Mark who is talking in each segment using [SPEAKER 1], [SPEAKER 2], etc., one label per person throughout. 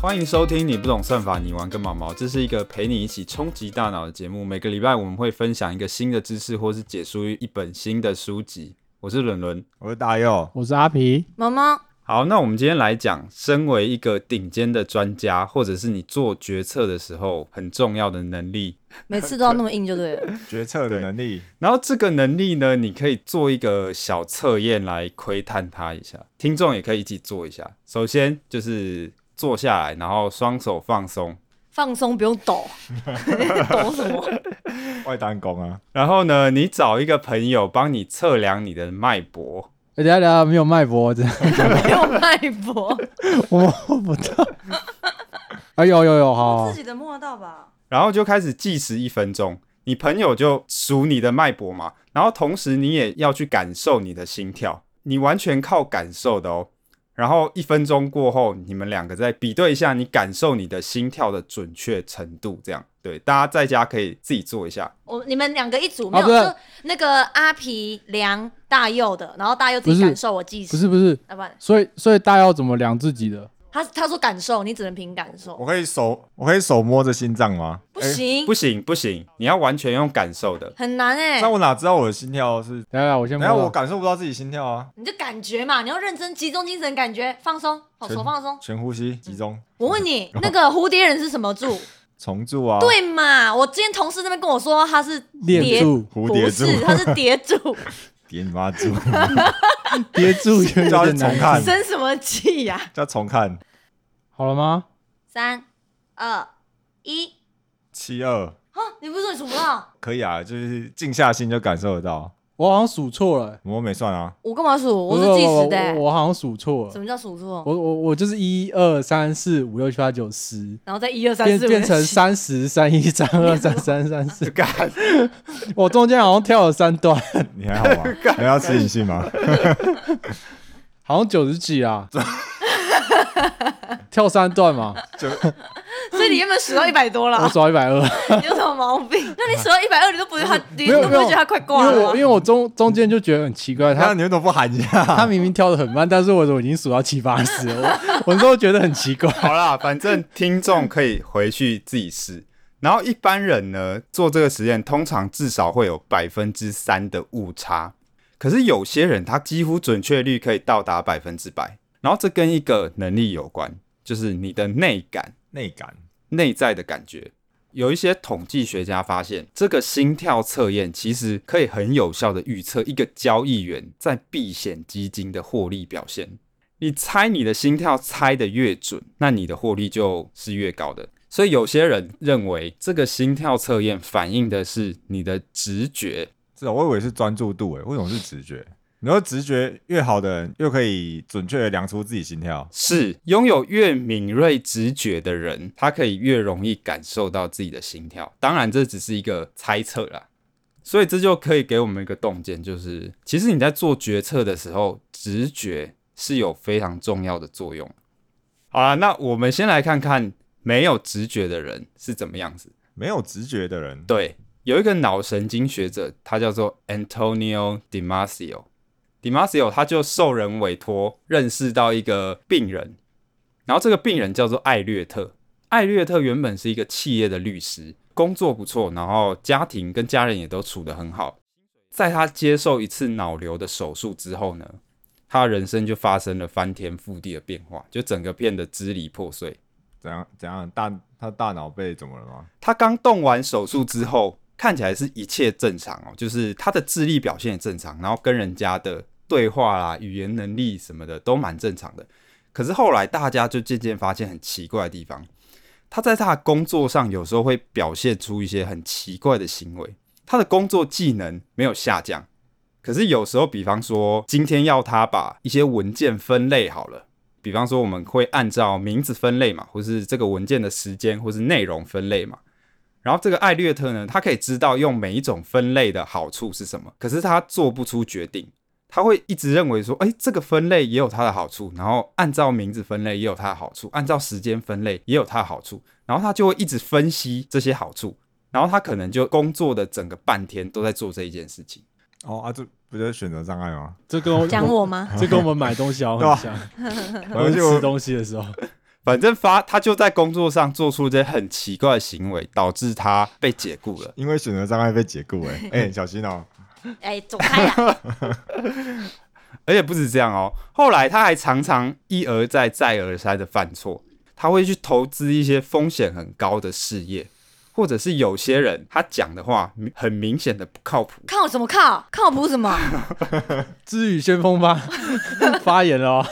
[SPEAKER 1] 欢迎收听，你不懂算法，你玩个毛毛。这是一个陪你一起冲击大脑的节目。每个礼拜我们会分享一个新的知识，或是解说一本新的书籍。我是伦伦。
[SPEAKER 2] 我是大佑，
[SPEAKER 3] 我是阿皮，
[SPEAKER 4] 萌萌，
[SPEAKER 1] 好，那我们今天来讲，身为一个顶尖的专家，或者是你做决策的时候很重要的能力。
[SPEAKER 4] 每次都要那么硬就对 了。
[SPEAKER 2] 决策的能力，
[SPEAKER 1] 然后这个能力呢，你可以做一个小测验来窥探它一下，听众也可以一起做一下。首先就是坐下来，然后双手放松，
[SPEAKER 4] 放松不用抖，抖什么？
[SPEAKER 2] 外单工啊，
[SPEAKER 1] 然后呢，你找一个朋友帮你测量你的脉搏。
[SPEAKER 3] 哎、等一下等一下没有脉搏，这样
[SPEAKER 4] 没有脉搏，
[SPEAKER 3] 我摸不到。哎有有有，好好
[SPEAKER 4] 自己的摸得到吧？
[SPEAKER 1] 然后就开始计时一分钟。你朋友就数你的脉搏嘛，然后同时你也要去感受你的心跳，你完全靠感受的哦。然后一分钟过后，你们两个再比对一下，你感受你的心跳的准确程度，这样对大家在家可以自己做一下。
[SPEAKER 4] 我哦你们两个一组
[SPEAKER 3] 啊
[SPEAKER 4] 没有？
[SPEAKER 3] 不是
[SPEAKER 4] 就那个阿皮量大佑的，然后大佑自
[SPEAKER 3] 不
[SPEAKER 4] 己
[SPEAKER 3] 是
[SPEAKER 4] 感受，我计
[SPEAKER 3] 不
[SPEAKER 4] 时。啊
[SPEAKER 3] 是不是，
[SPEAKER 4] 要不然
[SPEAKER 3] 所以所以大家要怎么量自己的？
[SPEAKER 4] 他他说感受，你只能凭感
[SPEAKER 2] 我
[SPEAKER 4] 受，
[SPEAKER 2] 可以手，我可以手摸着心脏吗？
[SPEAKER 4] 不行
[SPEAKER 1] 不，行不行，你要完全用感受的。
[SPEAKER 4] 很难哎
[SPEAKER 2] 那。我哪知道我的心跳是？
[SPEAKER 3] 等一下我先
[SPEAKER 2] 等
[SPEAKER 3] 摸
[SPEAKER 2] 下我
[SPEAKER 3] 到，
[SPEAKER 2] 感受不到自己心跳啊，
[SPEAKER 4] 你就感觉嘛，你要认真集中精神，感觉放松，好
[SPEAKER 2] 全
[SPEAKER 4] 手放松。
[SPEAKER 2] 全呼吸集中，
[SPEAKER 4] 我问你，那个蝴蝶人是什么柱？
[SPEAKER 2] 重铸啊，，
[SPEAKER 4] 对嘛？我今天同事那边跟我说他是
[SPEAKER 3] 练
[SPEAKER 4] 蝶
[SPEAKER 3] 住
[SPEAKER 2] 蝴蝶柱
[SPEAKER 4] 不是，他是蝶柱，
[SPEAKER 2] 点你妈柱，
[SPEAKER 3] 叠住有点
[SPEAKER 2] 叫他去重
[SPEAKER 3] 难
[SPEAKER 2] 看
[SPEAKER 3] 看。
[SPEAKER 4] 生什么气呀、
[SPEAKER 2] 叫重看
[SPEAKER 3] 好了吗？
[SPEAKER 4] 三、二、一，
[SPEAKER 2] 七二，
[SPEAKER 4] 啊！你不是说你数不到？
[SPEAKER 2] 可以啊，就是静下心就感受得到，
[SPEAKER 3] 我好像数错了、欸，
[SPEAKER 2] 我没算啊，
[SPEAKER 4] 我干嘛数？我
[SPEAKER 3] 不
[SPEAKER 4] 是
[SPEAKER 3] 我
[SPEAKER 4] 计时的、
[SPEAKER 3] 我我好像数错
[SPEAKER 4] 什
[SPEAKER 3] 了。
[SPEAKER 4] 么叫数错？
[SPEAKER 3] 我我我就是一二三四五六七八九十，
[SPEAKER 4] 然后再一二三
[SPEAKER 3] 变
[SPEAKER 4] 四五
[SPEAKER 3] 变成
[SPEAKER 4] 六七
[SPEAKER 3] 三十三一三二三三三四，
[SPEAKER 1] 干
[SPEAKER 3] 我中间好像跳了三段，
[SPEAKER 2] 你还好 吗？你要吃隐 性吗？
[SPEAKER 3] 好像九十几 啊，跳三段嘛，
[SPEAKER 2] 就
[SPEAKER 4] 所以你原本数到一百多
[SPEAKER 3] 我
[SPEAKER 4] 了，
[SPEAKER 3] 数到一百二。
[SPEAKER 4] 你有什么毛病？ 那你数到一百二，你都不觉得他，你
[SPEAKER 3] 没有
[SPEAKER 4] 都不会觉得他快挂
[SPEAKER 3] 因为
[SPEAKER 4] 了
[SPEAKER 3] 我因为
[SPEAKER 4] 吗？
[SPEAKER 3] 我中中间就觉得很奇怪，
[SPEAKER 2] 那
[SPEAKER 3] 他
[SPEAKER 2] 你为什么不喊一
[SPEAKER 3] 他
[SPEAKER 2] 下？
[SPEAKER 3] 明明跳的很慢，但是我我已经数到七八十了，我我都觉得很奇怪。
[SPEAKER 1] 好啦，反正听众可以回去自己试。然后一般人呢做这个实验，通常至少会有百分之三的误差。可是有些人他几乎准确率可以到达百分之百。然后这跟一个能力有关，就是你的内感、
[SPEAKER 2] 内感，
[SPEAKER 1] 内在的感觉。有一些统计学家发现，这个心跳测验其实可以很有效的预测一个交易员在避险基金的获利表现。你猜你的心跳猜得越准，那你的获利就是越高的。所以有些人认为这个心跳测验反映的是你的直觉，
[SPEAKER 2] 是啊，我以为是专注度诶，欸为什么是直觉？你说直觉越好的人，越可以准确的量出自己心跳，
[SPEAKER 1] 是拥有越敏锐直觉的人，他可以越容易感受到自己的心跳。当然，这只是一个猜测啦，所以这就可以给我们一个洞见，就是其实你在做决策的时候，直觉是有非常重要的作用。好啦，那我们先来看看没有直觉的人是怎么样子。
[SPEAKER 2] 没有直觉的人，
[SPEAKER 1] 对，有一个脑神经学者，他叫做 Antonio Damasio。Damasio 他就受人委托认识到一个病人，然后这个病人叫做艾略特。艾略特原本是一个企业的律师，工作不错，然后家庭跟家人也都处得很好。在他接受一次脑瘤的手术之后呢，他的人生就发生了翻天覆地的变化，就整个变得支离破碎。
[SPEAKER 2] 怎样怎样大他大脑被怎么了吗？
[SPEAKER 1] 他刚动完手术之后，看起来是一切正常哦，就是他的智力表现也正常，然后跟人家的对话啦、语言能力什么的都蛮正常的。可是后来大家就渐渐发现很奇怪的地方，他在他的工作上有时候会表现出一些很奇怪的行为，他的工作技能没有下降。可是有时候，比方说今天要他把一些文件分类好了，比方说我们会按照名字分类嘛，或是这个文件的时间，或是内容分类嘛。然后这个艾略特呢，他可以知道用每一种分类的好处是什么，可是他做不出决定，他会一直认为说，哎，这个分类也有它的好处，然后按照名字分类也有它的好处，按照时间分类也有它的好处，然后他就会一直分析这些好处，然后他可能就工作的整个半天都在做这一件事情。
[SPEAKER 2] 哦啊，这不就是选择障碍 吗？
[SPEAKER 3] 这跟我
[SPEAKER 4] 讲我吗？
[SPEAKER 3] 这跟我们买东西好像很像。
[SPEAKER 2] 而且
[SPEAKER 3] 我们吃
[SPEAKER 2] 我
[SPEAKER 3] 东西的时候，
[SPEAKER 1] 反正发他就在工作上做出这些很奇怪的行为，导致他被解雇了。
[SPEAKER 2] 因为选择障碍被解雇、 哎哎、小心哦、
[SPEAKER 4] 哎，走开啦！
[SPEAKER 1] 而且不止这样哦，后来他还常常一而再、再而三的犯错。他会去投资一些风险很高的事业，或者是有些人他讲的话明很明显的不靠 谱。
[SPEAKER 4] 靠什么靠？靠谱什 么？
[SPEAKER 3] 知语先锋发 发言了哦，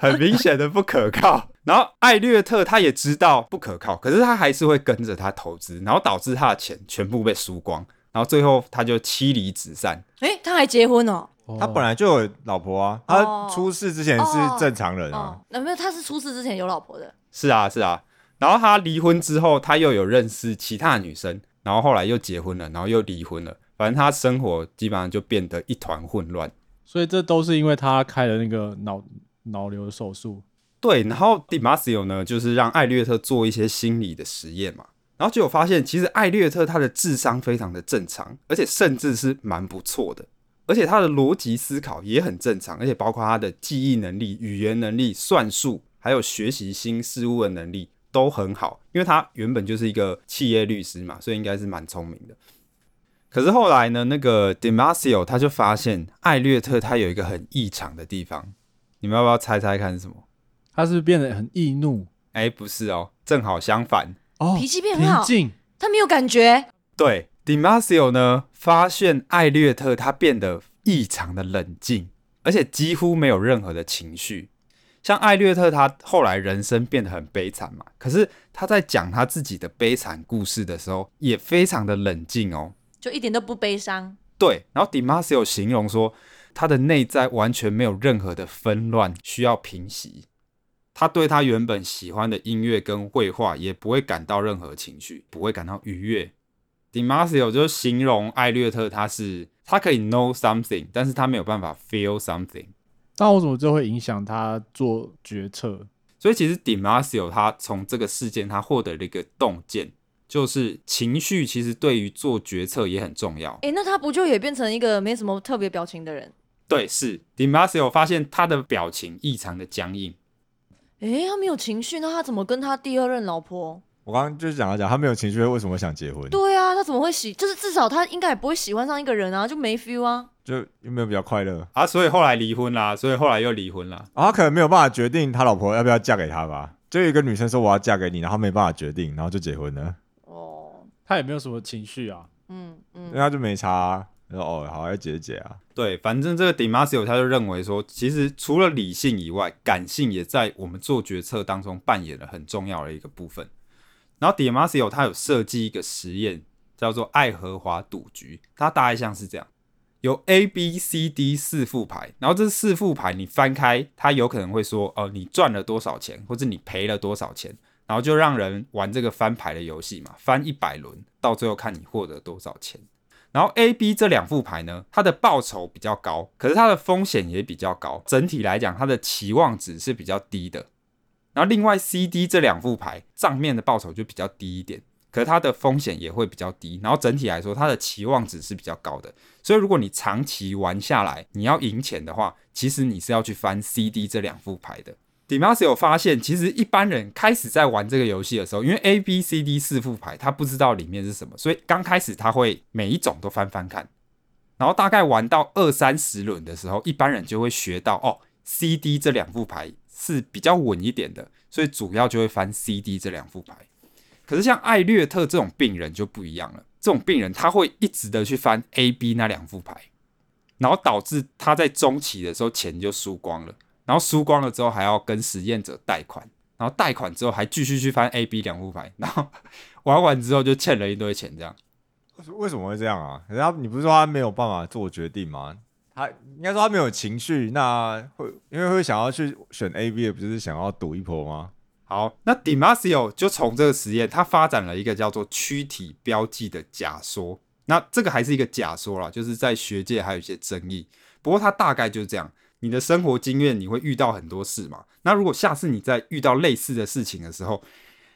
[SPEAKER 1] 很明显的不可靠。然后艾略特他也知道不可靠，可是他还是会跟着他投资，然后导致他的钱全部被输光，然后最后他就妻离子散。
[SPEAKER 4] 哎，他还结婚哦？
[SPEAKER 2] 他本来就有老婆啊，
[SPEAKER 4] 哦
[SPEAKER 2] 他出事之前是正常人啊。
[SPEAKER 4] 哦，那没有，他是出事之前有老婆的。
[SPEAKER 1] 是啊，是啊。然后他离婚之后，他又有认识其他的女生，然后后来又结婚了，然后又离婚了。反正他生活基本上就变得一团混乱。
[SPEAKER 3] 所以这都是因为他开了那个脑脑瘤的手术。
[SPEAKER 1] 对，然后 Dimasio 呢，就是让艾略特做一些心理的实验嘛，然后结果发现，其实艾略特他的智商非常的正常，而且甚至是蛮不错的，而且他的逻辑思考也很正常，而且包括他的记忆能力、语言能力、算术，还有学习新事物的能力都很好，因为他原本就是一个企业律师嘛，所以应该是蛮聪明的。可是后来呢，那个 Dimasio 他就发现艾略特他有一个很异常的地方，你们要不要猜猜看是什么？
[SPEAKER 3] 他是不是变得很易怒
[SPEAKER 1] 哎，不是哦，正好相反。
[SPEAKER 3] 哦，
[SPEAKER 4] 脾气变很
[SPEAKER 3] 平
[SPEAKER 4] 好
[SPEAKER 3] 静，
[SPEAKER 4] 他没有感觉，
[SPEAKER 1] 对，Dimasio 呢，发现艾略特他变得异常的冷静，而且几乎没有任何的情绪。像艾略特他后来人生变得很悲惨嘛，可是他在讲他自己的悲惨故事的时候，也非常的冷静哦。
[SPEAKER 4] 就一点都不悲伤。
[SPEAKER 1] 对，然后 Dimasio 形容说，他的内在完全没有任何的纷乱需要平息，他对他原本喜欢的音乐跟绘画也不会感到任何情绪，不会感到愉悦。Dimasio 就形容艾略特他是他可以 know something，但是他没有办法 feel something。
[SPEAKER 3] 但我怎么就会影响他做决策？
[SPEAKER 1] 所以其实 Dimasio 他从这个事件他获得了一个洞见，就是情绪其实对于做决策也很重要。
[SPEAKER 4] 哎，那他不就也变成一个没什么特别表情的人？
[SPEAKER 1] 对，是 Dimasio 发现他的表情异常的僵硬。
[SPEAKER 4] 哎，他没有情绪，那他怎么跟他第二任老婆？
[SPEAKER 2] 我刚刚就讲了讲，他没有情绪，为什么想结婚？
[SPEAKER 4] 对啊，他怎么会喜？就是至少他应该也不会喜欢上一个人啊，就没 feel 啊。
[SPEAKER 2] 就有没有比较快乐？
[SPEAKER 1] 啊，所以后来离婚啦，所以后来又离婚啦。
[SPEAKER 2] 啊，他可能没有办法决定他老婆要不要嫁给他吧。就有一个女生说我要嫁给你，然后没办法决定，然后就结婚了，
[SPEAKER 4] 哦，
[SPEAKER 3] 他也没有什么情绪啊，
[SPEAKER 4] 嗯
[SPEAKER 2] 那
[SPEAKER 4] 嗯，
[SPEAKER 2] 他就没差、啊。然后哦，好要结就结啊。
[SPEAKER 1] 对，反正这个 Dimasio 他就认为说，其实除了理性以外，感性也在我们做决策当中扮演了很重要的一个部分。然后 Dimasio 他有设计一个实验，叫做爱荷华赌局，它大概像是这样：有 A、B、C、D 四副牌，然后这四副牌你翻开，它有可能会说，哦、你赚了多少钱，或者你赔了多少钱，然后就让人玩这个翻牌的游戏嘛，翻一百轮，到最后看你获得多少钱。然后 A、B 这两副牌呢，它的报酬比较高，可是它的风险也比较高，整体来讲它的期望值是比较低的。然后另外 C、D 这两副牌账面的报酬就比较低一点，可是它的风险也会比较低，然后整体来说它的期望值是比较高的。所以如果你长期玩下来，你要赢钱的话，其实你是要去翻 C、D 这两副牌的。Dimasio 发现，其实一般人开始在玩这个游戏的时候，因为 A、B、C、D 四副牌，他不知道里面是什么，所以刚开始他会每一种都翻翻看，然后大概玩到二三十轮的时候，一般人就会学到哦，C、D 这两副牌是比较稳一点的，所以主要就会翻 C、D 这两副牌。可是像艾略特这种病人就不一样了，这种病人他会一直的去翻 A、B 那两副牌，然后导致他在中期的时候钱就输光了，然后输光了之后还要跟实验者贷款，然后贷款之后还继续去翻 A、B 两副牌，然后玩完之后就欠了一堆钱，这样
[SPEAKER 2] 为什么会这样啊？然后你不是说他没有办法做决定吗？他应该说他没有情绪，那会因为会想要去选 A B 的，不就是想要赌一波吗？
[SPEAKER 1] 好，那 Dimasio 就从这个实验，他发展了一个叫做躯体标记的假说。那这个还是一个假说啦，就是在学界还有一些争议。不过它大概就是这样：你的生活经验，你会遇到很多事嘛。那如果下次你在遇到类似的事情的时候，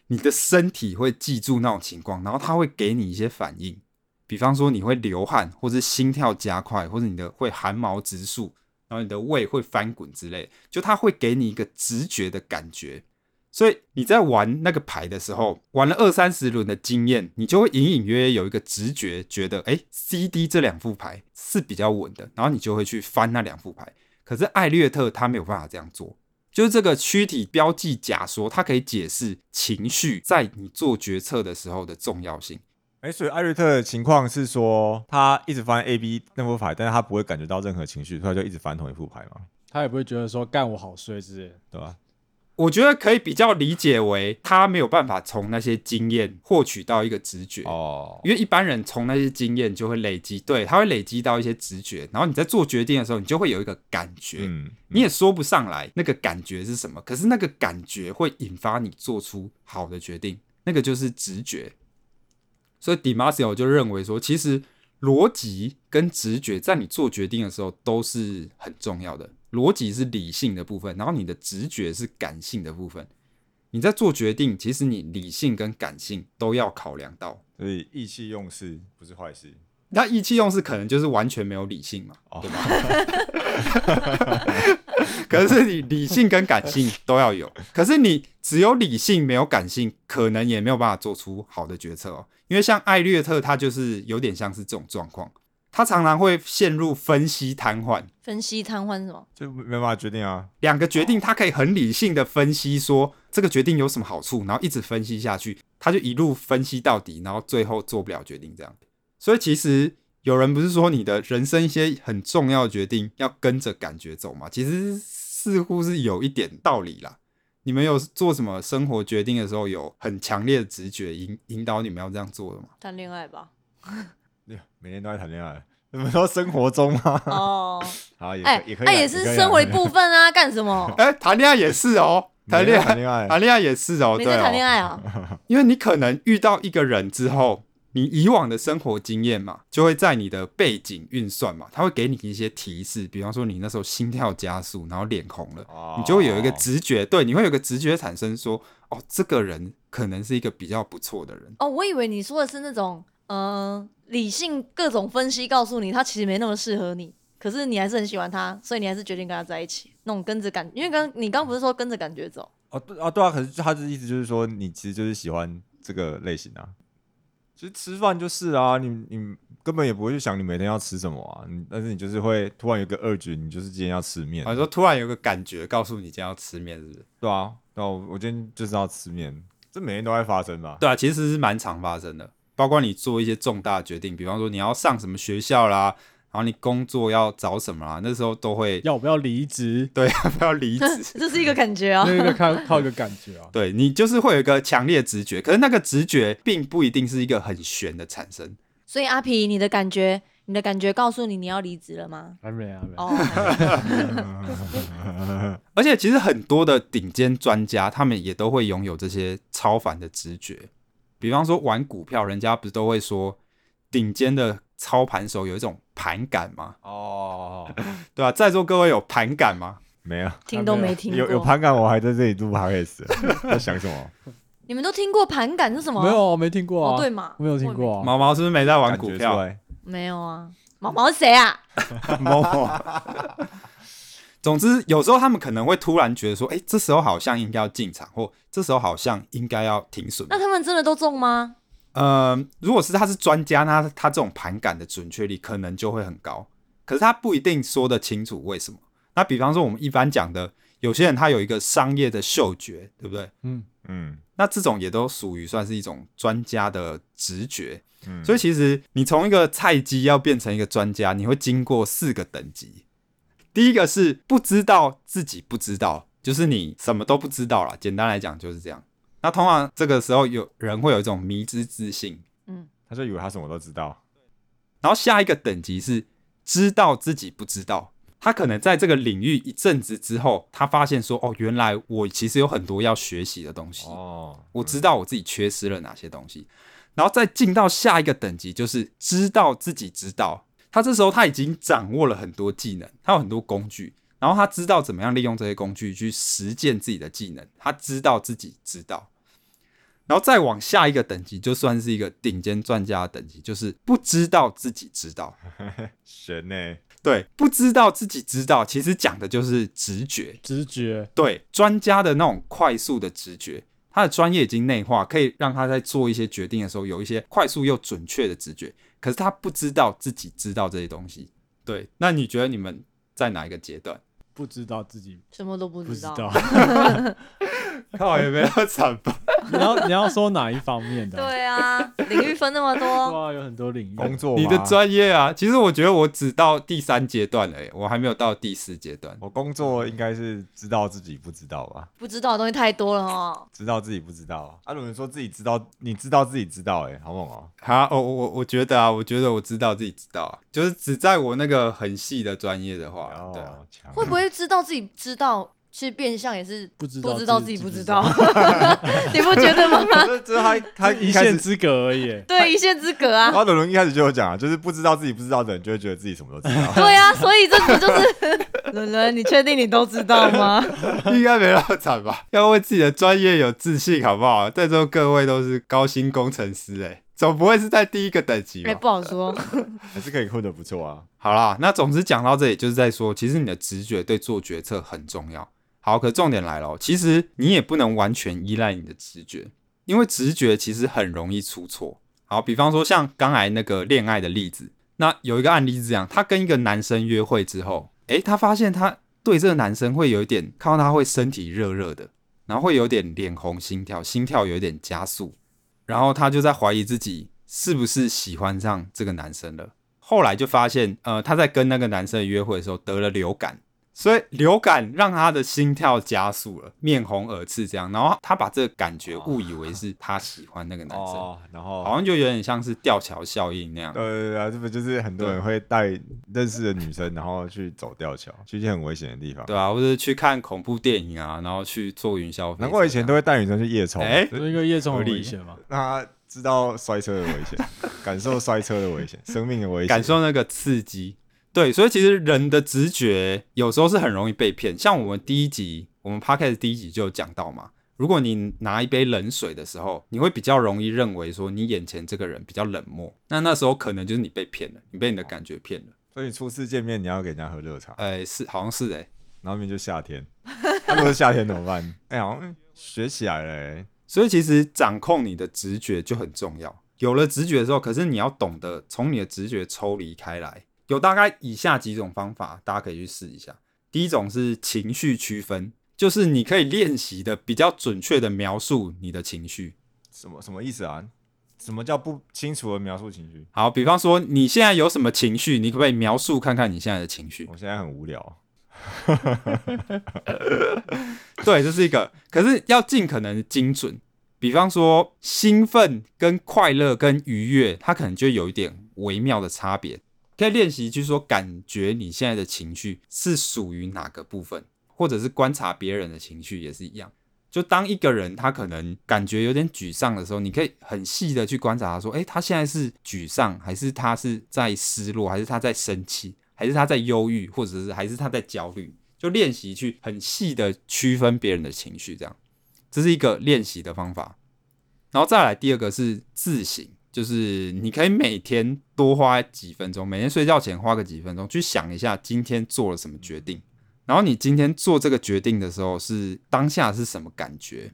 [SPEAKER 1] 你的身体会记住那种情况，然后它会给你一些反应。比方说你会流汗，或是心跳加快，或者你的会汗毛直竖，然后你的胃会翻滚之类的，就它会给你一个直觉的感觉。所以你在玩那个牌的时候，玩了二三十轮的经验，你就会隐隐约约有一个直觉，觉得哎、c D 这两副牌是比较稳的，然后你就会去翻那两副牌。可是艾略特他没有办法这样做，就是这个躯体标记假说，它可以解释情绪在你做决策的时候的重要性。
[SPEAKER 2] 哎、所以艾瑞特的情况是说，他一直翻 A、B 那副牌，但是他不会感觉到任何情绪，所以他就一直翻同一副牌嘛，
[SPEAKER 3] 他也不会觉得说干我好衰之类的。
[SPEAKER 2] 对吧、
[SPEAKER 1] 我觉得可以比较理解为他没有办法从那些经验获取到一个直觉。
[SPEAKER 2] 哦，
[SPEAKER 1] 因为一般人从那些经验就会累积，对，他会累积到一些直觉，然后你在做决定的时候，你就会有一个感觉，
[SPEAKER 2] 嗯，
[SPEAKER 1] 你也说不上来那个感觉是什么，可是那个感觉会引发你做出好的决定，那个就是直觉。所以 Dimasio 就认为说，其实逻辑跟直觉在你做决定的时候都是很重要的。逻辑是理性的部分，然后你的直觉是感性的部分。你在做决定，其实你理性跟感性都要考量到。
[SPEAKER 2] 所以意气用事不是坏事。
[SPEAKER 1] 那意气用事可能就是完全没有理性嘛，
[SPEAKER 2] 哦
[SPEAKER 1] 对吧？可是你理性跟感性都要有，可是你只有理性没有感性，可能也没有办法做出好的决策哦。因为像艾略特，他就是有点像是这种状况，他常常会陷入分析瘫痪。
[SPEAKER 4] 分析瘫痪是什么？
[SPEAKER 2] 就没没办法决定啊。
[SPEAKER 1] 两个决定，他可以很理性的分析说这个决定有什么好处，然后一直分析下去，他就一路分析到底，然后最后做不了决定这样。所以其实有人不是说你的人生一些很重要的决定要跟着感觉走吗？其实似乎是有一点道理啦。你们有做什么生活决定的时候有很强烈的直觉引引导你们要这样做的吗？
[SPEAKER 4] 谈恋爱吧。
[SPEAKER 2] 每天都在谈恋爱，你们都生活中吗？
[SPEAKER 4] 哦，
[SPEAKER 2] 好，也可
[SPEAKER 4] 哎，
[SPEAKER 2] 也可以
[SPEAKER 4] 那
[SPEAKER 2] 啊，哦
[SPEAKER 4] 也是生活一部分啊，干什 么？
[SPEAKER 1] 哎、谈恋爱也是哦，谈恋
[SPEAKER 2] 谈
[SPEAKER 1] 爱，
[SPEAKER 2] 恋爱，
[SPEAKER 1] 谈恋爱也是哦，
[SPEAKER 4] 没
[SPEAKER 1] 对
[SPEAKER 4] 在
[SPEAKER 1] 哦，
[SPEAKER 4] 谈恋 爱啊？
[SPEAKER 1] 因为你可能遇到一个人之后，你以往的生活经验嘛，就会在你的背景运算嘛，他会给你一些提示，比方说你那时候心跳加速，然后脸红了，
[SPEAKER 2] 哦
[SPEAKER 1] 你就会有一个直觉，对，你会有一个直觉产生说，哦，这个人可能是一个比较不错的人。
[SPEAKER 4] 哦，我以为你说的是那种，嗯，理性各种分析告诉你他其实没那么适合你，可是你还是很喜欢他，所以你还是决定跟他在一起。那种跟着感，因为刚你刚不是说跟着感觉走？
[SPEAKER 2] 哦对啊对啊，可是他的意思就是说，你其实就是喜欢这个类型啊。其实吃饭就是啊，你你根本也不会去想你每天要吃什么啊，你但是你就是会突然有一个二局，你就是今天要吃面
[SPEAKER 1] 啊，，说突然有个感觉告诉你今天要吃面，是不是？
[SPEAKER 2] 对啊，对啊，我我今天就是要吃面，这每天都在发生吧？
[SPEAKER 1] 对啊，其实是蛮常发生的，包括你做一些重大的决定，比方说你要上什么学校啦，然后你工作要找什么啦，那时候都会
[SPEAKER 3] 要不要离职？
[SPEAKER 1] 对要不要离职？
[SPEAKER 4] 这是一个感觉啊。
[SPEAKER 3] 那个靠靠一个感觉 啊。
[SPEAKER 1] 对你就是会有一个强烈的直觉，可是那个直觉并不一定是一个很玄的产生。
[SPEAKER 4] 所以阿皮，你的感觉，你的感觉告诉你你要离职了吗？
[SPEAKER 3] 还没啊，还没。
[SPEAKER 4] 哦，
[SPEAKER 1] 而且其实很多的顶尖专家，他们也都会拥有这些超凡的直觉。比方说玩股票，人家不是都会说顶尖的操盘手有一种盘感吗？
[SPEAKER 2] 哦，
[SPEAKER 1] 对吧、在座各位有盘感吗？
[SPEAKER 2] 没有，
[SPEAKER 4] 听都没听过。
[SPEAKER 2] 有有盘感，我还在这里录 podcast，在 啊想什么？
[SPEAKER 4] 你们都听过盘感是什么？
[SPEAKER 3] 没有，没听过
[SPEAKER 4] 哦
[SPEAKER 3] 啊。
[SPEAKER 4] 对嘛
[SPEAKER 3] 没有听过啊。
[SPEAKER 1] 毛毛是不是没在玩
[SPEAKER 2] 感
[SPEAKER 1] 股
[SPEAKER 2] 觉出
[SPEAKER 1] 票？
[SPEAKER 2] 来，
[SPEAKER 4] 没有啊，毛毛是谁啊？
[SPEAKER 1] 某某。总之，有时候他们可能会突然觉得说，哎、这时候好像应该要进场，或这时候好像应该要停损。
[SPEAKER 4] 那他们真的都中吗？
[SPEAKER 1] 呃，如果是他是专家，那他他这种盘感的准确率可能就会很高，可是他不一定说得清楚为什么。那比方说我们一般讲的，有些人他有一个商业的嗅觉，对不对？
[SPEAKER 3] 嗯，
[SPEAKER 2] 嗯
[SPEAKER 1] 那这种也都属于算是一种专家的直觉。
[SPEAKER 2] 嗯，
[SPEAKER 1] 所
[SPEAKER 2] 以
[SPEAKER 1] 以其实你从一个菜鸡要变成一个专家，你会经过四个等级。第一个是不知道自己不知道，就是你什么都不知道啦。简单来讲就是这样。那通常这个时候有人会有一种迷之自信，
[SPEAKER 2] 他就以为他什么都知道。
[SPEAKER 1] 然后下一个等级是知道自己不知道。他可能在这个领域一阵子之后，他发现说：“哦，原来我其实有很多要学习的东西，
[SPEAKER 2] 哦，
[SPEAKER 1] 我知道我自己缺失了哪些东西。”然后再进到下一个等级，就是知道自己知道。他这时候他已经掌握了很多技能，他有很多工具，然后他知道怎么样利用这些工具去实践自己的技能，他知道自己知道。然后再往下一个等级，就算是一个顶尖专家的等级，就是不知道自己知道。
[SPEAKER 2] 神呢、
[SPEAKER 1] 对，不知道自己知道，其实讲的就是直觉。
[SPEAKER 3] 直觉
[SPEAKER 1] 对，专家的那种快速的直觉，他的专业已经内化，可以让他在做一些决定的时候有一些快速又准确的直觉。可是他不知道自己知道这些东西。对，那你觉得你们在哪一个阶段？
[SPEAKER 3] 不知道自己
[SPEAKER 4] 什么都不
[SPEAKER 3] 不
[SPEAKER 4] 知
[SPEAKER 3] 知
[SPEAKER 4] 道。
[SPEAKER 3] 道，
[SPEAKER 1] 靠，有没有惨吧？
[SPEAKER 3] 你要你要说哪一方面的啊？ 啊
[SPEAKER 4] 对啊，领域分那么 多，
[SPEAKER 3] 哇，有很多领域。
[SPEAKER 2] 工作
[SPEAKER 1] 你的
[SPEAKER 2] 吗
[SPEAKER 1] 专业啊，其实我觉得我只到第三阶段了耶，我还没有到第四阶段。
[SPEAKER 2] 我工作应该是知道自己不知道吧？
[SPEAKER 4] 不知道的东西太多了哦。
[SPEAKER 2] 知道自己不知道。阿伦说自己知道，你知道自己知道、欸，哎，好猛哦、
[SPEAKER 1] 好，我我我觉得啊，我觉得我知道自己知道啊，就是只在我那个很细的专业的话，对啊，
[SPEAKER 2] 哦，强
[SPEAKER 4] 会不会知道自己知道，其实变相也是
[SPEAKER 3] 不知道
[SPEAKER 4] 不知道
[SPEAKER 3] 自
[SPEAKER 4] 自
[SPEAKER 3] 己
[SPEAKER 4] 己不
[SPEAKER 3] 知
[SPEAKER 4] 知
[SPEAKER 3] 道
[SPEAKER 4] 道， 你不觉得吗？
[SPEAKER 2] 这这他他
[SPEAKER 3] 他
[SPEAKER 2] 一
[SPEAKER 3] 一
[SPEAKER 2] 开
[SPEAKER 3] 线
[SPEAKER 2] 始，
[SPEAKER 3] 之隔而已。
[SPEAKER 4] 对，一线之隔啊。
[SPEAKER 2] 阿伦一开始就有讲啊，就是不知道自己不知道的人，就会觉得自己什么都 知道。
[SPEAKER 4] 对啊，所以这不就是 伦伦？你确定你都知道 吗？
[SPEAKER 1] 应该没那么惨吧？ 要为自己的专业有自信，好不好？在座各位都是高薪工程师、欸，总不会是在第一个等级吧？
[SPEAKER 4] 哎，不好说。
[SPEAKER 2] 还是可以混得不错啊。
[SPEAKER 1] 好啦，那总之讲到这里，就是在说，其实你的直觉对做决策很重要。好，可重点来了哦，其实你也不能完全依赖你的直觉，因为直觉其实很容易出错。好，比方说像刚才那个恋爱的例子，那有一个案例是这样，她跟一个男生约会之后，诶，她发现她对这个男生会有一点，看到他会身体热热的，然后会有点脸红、心跳，心跳有一点加速，然后她就在怀疑自己是不是喜欢上这个男生了。后来就发现，呃，她在跟那个男生约会的时候得了流感，所以流感让她的心跳加速了，面红耳赤这样。然后她把这个感觉误以为是她喜欢那个男生，
[SPEAKER 2] 哦，然后
[SPEAKER 1] 好像就有点像是吊桥效应那样。
[SPEAKER 2] 对对对啊，这不就是很多人会带认识的女生，然后去走吊桥，去一些很危险的地方。
[SPEAKER 1] 对啊，或者去看恐怖电影啊，然后去坐云霄飞车这啊样。
[SPEAKER 2] 难怪以前都会带女生去夜冲，
[SPEAKER 1] 哎
[SPEAKER 2] 就
[SPEAKER 3] 有一个夜冲
[SPEAKER 1] 合
[SPEAKER 3] 很
[SPEAKER 1] 理
[SPEAKER 3] 危险嘛？
[SPEAKER 2] 让她知道摔车的危险，感受摔车的危险，生命的危险。
[SPEAKER 1] 感受那个刺激。对，所以其实人的直觉有时候是很容易被骗。像我们第一集，我们 podcast 第一集就有讲到嘛，如果你拿一杯冷水的时候，你会比较容易认为说你眼前这个人比较冷漠，那那时候可能就是你被骗了，你被你的感觉骗了。
[SPEAKER 2] 所以你初次见面你要给人家喝热茶，
[SPEAKER 1] 哎、是好像是哎、
[SPEAKER 2] 然后后面就夏天，那、如果是夏天怎么办？ 哎、好像学起来了、欸，
[SPEAKER 1] 所以其实掌控你的直觉就很重要。有了直觉之后，可是你要懂得从你的直觉抽离开来。有大概以下几种方法，大家可以去试一下。第一种是情绪区分，就是你可以练习的比较准确的描述你的情绪。
[SPEAKER 2] 什么什么意思啊？什么叫不清楚的描述情绪？
[SPEAKER 1] 好，比方说你现在有什么情绪，你可不可以描述看看你现在的情绪？
[SPEAKER 2] 我现在很无聊，
[SPEAKER 1] 对，这是一个，可是要尽可能精准。比方说，兴奋跟快乐跟愉悦，它可能就有一点微妙的差别。可以练习，就是说，感觉你现在的情绪是属于哪个部分，或者是观察别人的情绪也是一样。就当一个人他可能感觉有点沮丧的时候，你可以很细的去观察他，说，诶，他现在是沮丧，还是他是在失落，还是他在生气，还是他在忧郁，或者是还是他在焦虑？就练习去很细的区分别人的情绪，这样，这是一个练习的方法。然后再来第二个是自省，就是你可以每天多花几分钟，每天睡觉前花个几分钟去想一下今天做了什么决定，然后你今天做这个决定的时候是当下是什么感觉，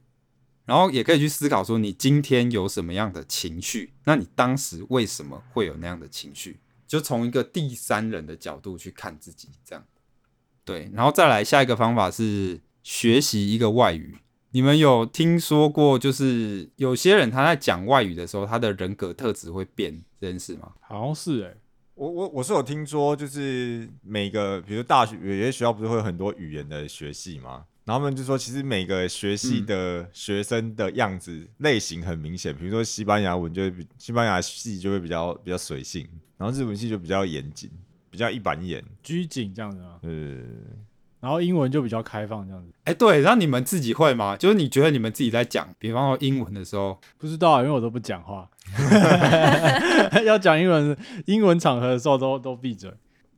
[SPEAKER 1] 然后也可以去思考说你今天有什么样的情绪，那你当时为什么会有那样的情绪，就从一个第三人的角度去看自己，这样。对，然后再来下一个方法是学习一个外语。你们有听说过，就是有些人他在讲外语的时候，他的人格特质会变这件事吗？
[SPEAKER 3] 好像是哎，
[SPEAKER 2] 我我我是有听说，就是每个，比如大学有些学校不是会有很多语言的学系吗？然后他们就说，其实每个学系的学生的样子、类型很明显，比如说西班牙文就会比西班牙系就会比较比较随性，然后日文系就比较严谨，比较一板一眼。
[SPEAKER 3] 拘谨这样子啊。
[SPEAKER 2] 呃，
[SPEAKER 3] 然后英文就比较开放这样子。
[SPEAKER 1] 哎，对，那你们自己会吗？就是你觉得你们自己在讲，比方说英文的时候，
[SPEAKER 3] 不知道啊，因为我都不讲 话。要讲英文，英文场合的时候都都闭嘴。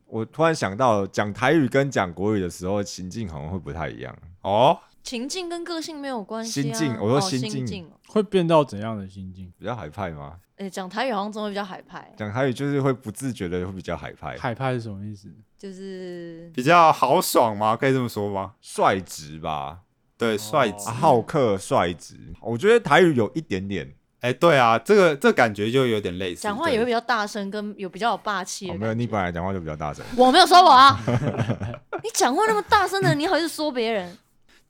[SPEAKER 2] 我突然想到，讲台语跟讲国语的时候情境好像会不太一样。
[SPEAKER 1] 哦，
[SPEAKER 4] 情境跟个性没有关系、啊。
[SPEAKER 2] 心境我说
[SPEAKER 4] 哦
[SPEAKER 2] 心
[SPEAKER 4] 心
[SPEAKER 2] 境
[SPEAKER 4] 境哦，
[SPEAKER 3] 会变到怎样的心境？
[SPEAKER 2] 比较海派吗？
[SPEAKER 4] 哎、讲台语好像真的会比较海派，
[SPEAKER 2] 讲台语就是会不自觉的会比较海派，
[SPEAKER 3] 海派是什么意思？
[SPEAKER 4] 就是
[SPEAKER 1] 比较豪爽吗？可以这么说吗？
[SPEAKER 2] 率直吧，
[SPEAKER 4] 哦
[SPEAKER 1] 对，帅直
[SPEAKER 2] 啊、。好客率直。我觉得台语有一点点，
[SPEAKER 1] 哎、对啊，这个这感觉就有点类似。
[SPEAKER 4] 讲话
[SPEAKER 1] 对
[SPEAKER 4] 也会比较大声，跟有比较有霸气
[SPEAKER 2] 哦、
[SPEAKER 4] 的
[SPEAKER 2] 没有
[SPEAKER 4] 感
[SPEAKER 2] 你
[SPEAKER 4] 觉。
[SPEAKER 2] 本来讲话就比较大声，
[SPEAKER 4] 我没有说 我啊，你讲话那么大声的，你好意思说别人？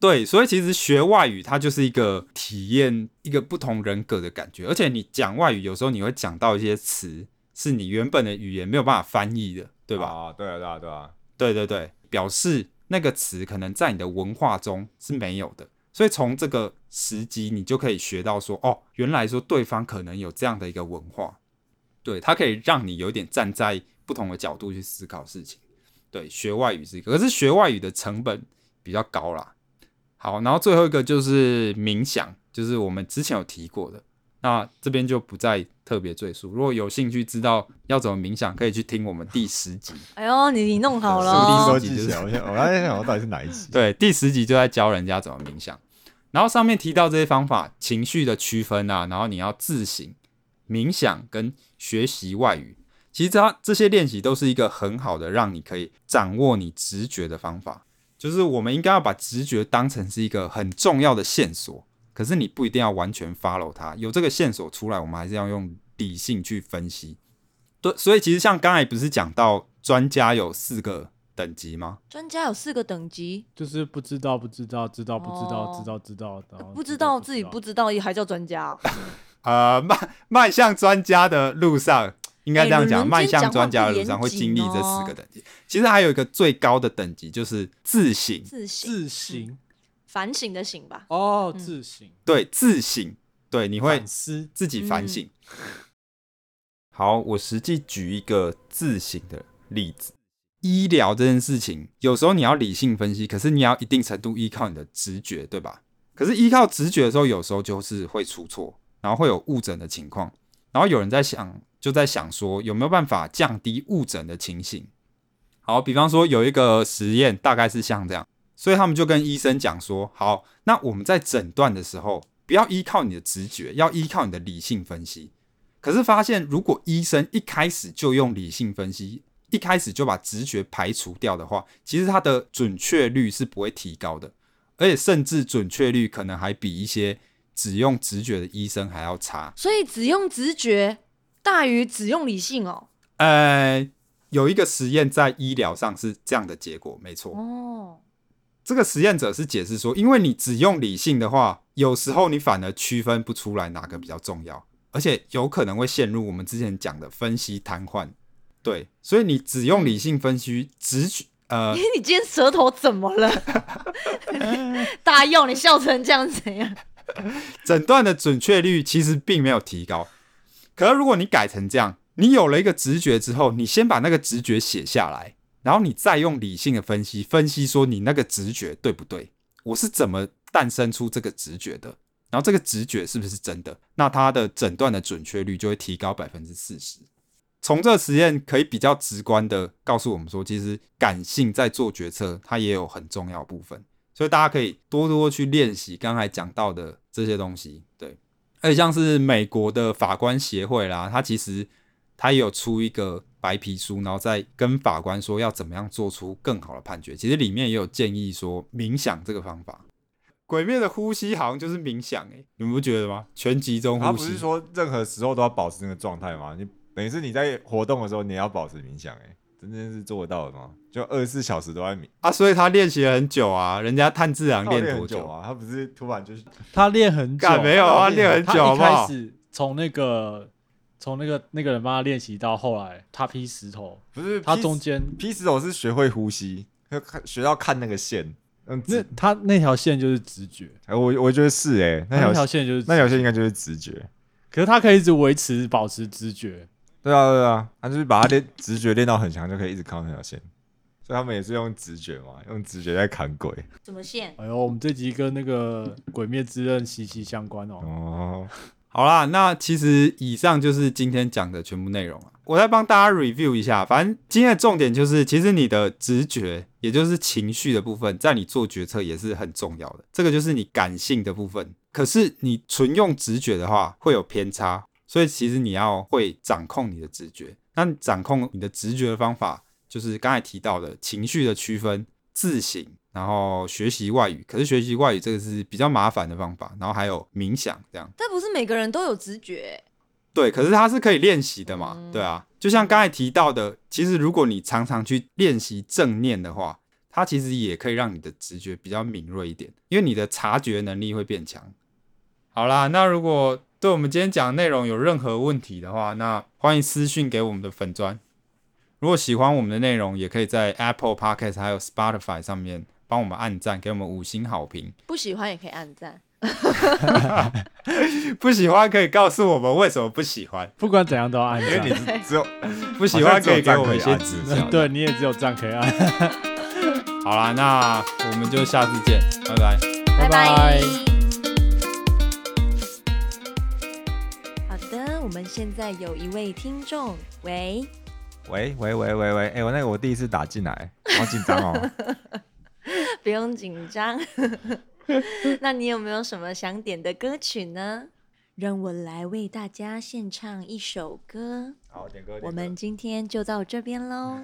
[SPEAKER 1] 对，所以其实学外语它就是一个体验一个不同人格的感觉，而且你讲外语有时候你会讲到一些词是你原本的语言没有办法翻译的，对吧？
[SPEAKER 2] 啊，对啊，对啊，对啊，
[SPEAKER 1] 对对对，表示那个词可能在你的文化中是没有的，所以从这个时机你就可以学到说，哦，原来说对方可能有这样的一个文化，对，它可以让你有一点站在不同的角度去思考事情。对，学外语是一个，可是学外语的成本比较高啦。好，然后最后一个就是冥想，就是我们之前有提过的，那这边就不再特别赘述。如果有兴趣知道要怎么冥想，可以去听我们第十集。
[SPEAKER 4] 哎呦，你你弄好了
[SPEAKER 1] 是不是
[SPEAKER 4] 哦
[SPEAKER 1] 说
[SPEAKER 2] 都记起 来。我现在我刚才在想，我到底是哪一 集？
[SPEAKER 1] 对，第十集就在教人家怎么冥想。然后上面提到这些方法，情绪的区分啊，然后你要自省、冥想跟学习外语。其实它这些练习都是一个很好的让你可以掌握你直觉的方法。就是我们应该要把直觉当成是一个很重要的线索，可是你不一定要完全 follow 它。有这个线索出来，我们还是要用理性去分析。对，所以其实像刚才不是讲到专家有四个等级吗？
[SPEAKER 4] 专家有四个等级，
[SPEAKER 3] 就是不知道，不知道，知道，不知道，
[SPEAKER 4] 哦
[SPEAKER 3] 知道，知道，然后
[SPEAKER 4] 不知道自己不知道还叫专家哦、
[SPEAKER 1] 呃，迈迈向专家的路上，应该这样
[SPEAKER 4] 哎
[SPEAKER 1] 讲，
[SPEAKER 4] 伦伦
[SPEAKER 1] 迈
[SPEAKER 4] 今天
[SPEAKER 1] 向专家的
[SPEAKER 4] 讲话
[SPEAKER 1] 路上
[SPEAKER 4] 不
[SPEAKER 1] 会经历这
[SPEAKER 4] 严谨哦
[SPEAKER 1] 四个等级。其实还有一个最高的等级就是自省，
[SPEAKER 4] 自省、
[SPEAKER 3] 自省
[SPEAKER 4] 反省的省吧。
[SPEAKER 3] 哦，
[SPEAKER 4] 嗯
[SPEAKER 3] 自省
[SPEAKER 1] 对，自省，对，你会
[SPEAKER 3] 反思
[SPEAKER 1] 自己反省。嗯好，我实际举一个自省的例子。医疗这件事情，有时候你要理性分析，可是你要一定程度依靠你的直觉，对吧？可是依靠直觉的时候，有时候就是会出错，然后会有误诊的情况。然后有人在想，就在想说有没有办法降低误诊的情形。好，比方说有一个实验，大概是像这样，所以他们就跟医生讲说，好，那我们在诊断的时候，不要依靠你的直觉，要依靠你的理性分析。可是发现，如果医生一开始就用理性分析，一开始就把直觉排除掉的话，其实它的准确率是不会提高的，而且甚至准确率可能还比一些只用直觉的医生还要差。
[SPEAKER 4] 所以只用直觉大于只用理性哦。
[SPEAKER 1] 呃，有一个实验在医疗上是这样的结果，没错。
[SPEAKER 4] 哦，
[SPEAKER 1] 这个实验者是解释说，因为你只用理性的话，有时候你反而区分不出来哪个比较重要，而且有可能会陷入我们之前讲的分析瘫痪。对，所以你只用理性分析，直觉呃，
[SPEAKER 4] 你今天舌头怎么了？ 大佑，你笑成这样怎样？
[SPEAKER 1] 诊断的准确率其实并没有提高。可是如果你改成这样，你有了一个直觉之后，你先把那个直觉写下来，然后你再用理性的分析分析说你那个直觉对不对，我是怎么诞生出这个直觉的，然后这个直觉是不是真的？那它的诊断的准确率就会提高百分之四十。从这个实验可以比较直观的告诉我们说，其实感性在做决策，它也有很重要的部分。所以大家可以多多去练习刚才讲到的这些东西。对，而且像是美国的法官协会啦，它其实它也有出一个白皮书，然后再跟法官说要怎么样做出更好的判决。其实里面也有建议说冥想这个方法。鬼面的呼吸好像就是冥想诶、你们不觉得吗？全集中
[SPEAKER 2] 他
[SPEAKER 1] 呼
[SPEAKER 2] 不
[SPEAKER 1] 吸
[SPEAKER 2] 是，说任何时候都要保持那个状态吗？你等于是你在活动的时候，你也要保持冥想、欸，哎，真的是做得到的吗？就二十四小时都在冥，
[SPEAKER 1] 啊，所以他练习了很久啊，人家炭治郎
[SPEAKER 2] 他有
[SPEAKER 1] 练多
[SPEAKER 2] 很久？啊？他不是突然就是
[SPEAKER 3] 他练很久，
[SPEAKER 1] 干没有啊，练很久
[SPEAKER 3] 他
[SPEAKER 1] 好
[SPEAKER 3] 一
[SPEAKER 1] 不
[SPEAKER 3] 开
[SPEAKER 1] 好？
[SPEAKER 3] 始从那个从那个那个人帮他练习到后来，他劈石头，
[SPEAKER 2] 不是
[SPEAKER 3] 他中间
[SPEAKER 2] P 十手是学会呼吸，要看学到看那个线，嗯，
[SPEAKER 3] 那
[SPEAKER 2] 直
[SPEAKER 3] 他那条线就是直觉，
[SPEAKER 2] 哎我我觉得是哎、欸，那
[SPEAKER 3] 他那条
[SPEAKER 2] 条
[SPEAKER 3] 线就是
[SPEAKER 2] 那条线应该就是直觉。
[SPEAKER 3] 可是他可以一直维持保持直觉，
[SPEAKER 2] 对啊，对啊，他就是把他练直觉练到很强，就可以一直扛那条线。所以他们也是用直觉嘛，用直觉在砍鬼。
[SPEAKER 4] 怎么现？
[SPEAKER 3] 哎呦，我们这集跟那个《鬼灭之刃》息息
[SPEAKER 1] 嗯
[SPEAKER 3] 相关哦。
[SPEAKER 2] 哦，
[SPEAKER 1] 好啦，那其实以上就是今天讲的全部内容了。啊我再帮大家 review 一下，反正今天的重点就是，其实你的直觉，也就是情绪的部分，在你做决策也是很重要的。这个就是你感性的部分。可是你纯用直觉的话，会有偏差，所以其实你要会掌控你的直觉。那你掌控你的直觉的方法，就是刚才提到的情绪的区分、自省，然后学习外语。可是学习外语这个是比较麻烦的方法，然后还有冥想这样。
[SPEAKER 4] 但不是每个人都有直觉欸
[SPEAKER 1] 对，可是它是可以练习的嘛，
[SPEAKER 4] 嗯
[SPEAKER 1] 对啊，就像刚才提到的，其实如果你常常去练习正念的话，它其实也可以让你的直觉比较敏锐一点，因为你的察觉能力会变强。好啦，那如果对我们今天讲的内容有任何问题的话，那欢迎私讯给我们的粉砖。如果喜欢我们的内容，也可以在 Apple Podcast 还有 Spotify 上面帮我们按赞，给我们五星好评。
[SPEAKER 4] 不喜欢也可以按赞。
[SPEAKER 1] 不喜欢可以告诉我们为什么不喜欢，
[SPEAKER 3] 不管怎样都要按
[SPEAKER 2] 因为
[SPEAKER 3] 赞。
[SPEAKER 2] 你啊只有
[SPEAKER 1] 不喜欢可以给我
[SPEAKER 2] 好
[SPEAKER 1] 们
[SPEAKER 2] 像
[SPEAKER 1] 一
[SPEAKER 2] 啊只有
[SPEAKER 1] 些
[SPEAKER 2] 这
[SPEAKER 1] 指教。
[SPEAKER 2] 样可以按
[SPEAKER 3] 对，你也只有这样可以按。
[SPEAKER 1] 好啦，那我们就下次见，拜拜。
[SPEAKER 3] 拜拜
[SPEAKER 4] 好的，我们现在有一位听众，喂，
[SPEAKER 2] 喂喂喂喂喂，哎、我那个我第一次打进来，好紧张哦。
[SPEAKER 4] 不用紧张。 那你有没有什么想点的歌曲呢？让我来为大家献唱一首歌。
[SPEAKER 2] 好，点歌，点歌
[SPEAKER 4] 我们今天就到这边喽。